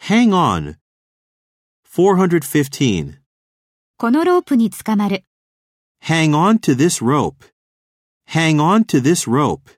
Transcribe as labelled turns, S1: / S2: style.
S1: Hang on. 415.
S2: このロープにつかまる。
S1: Hang on to this rope. Hang on to this rope.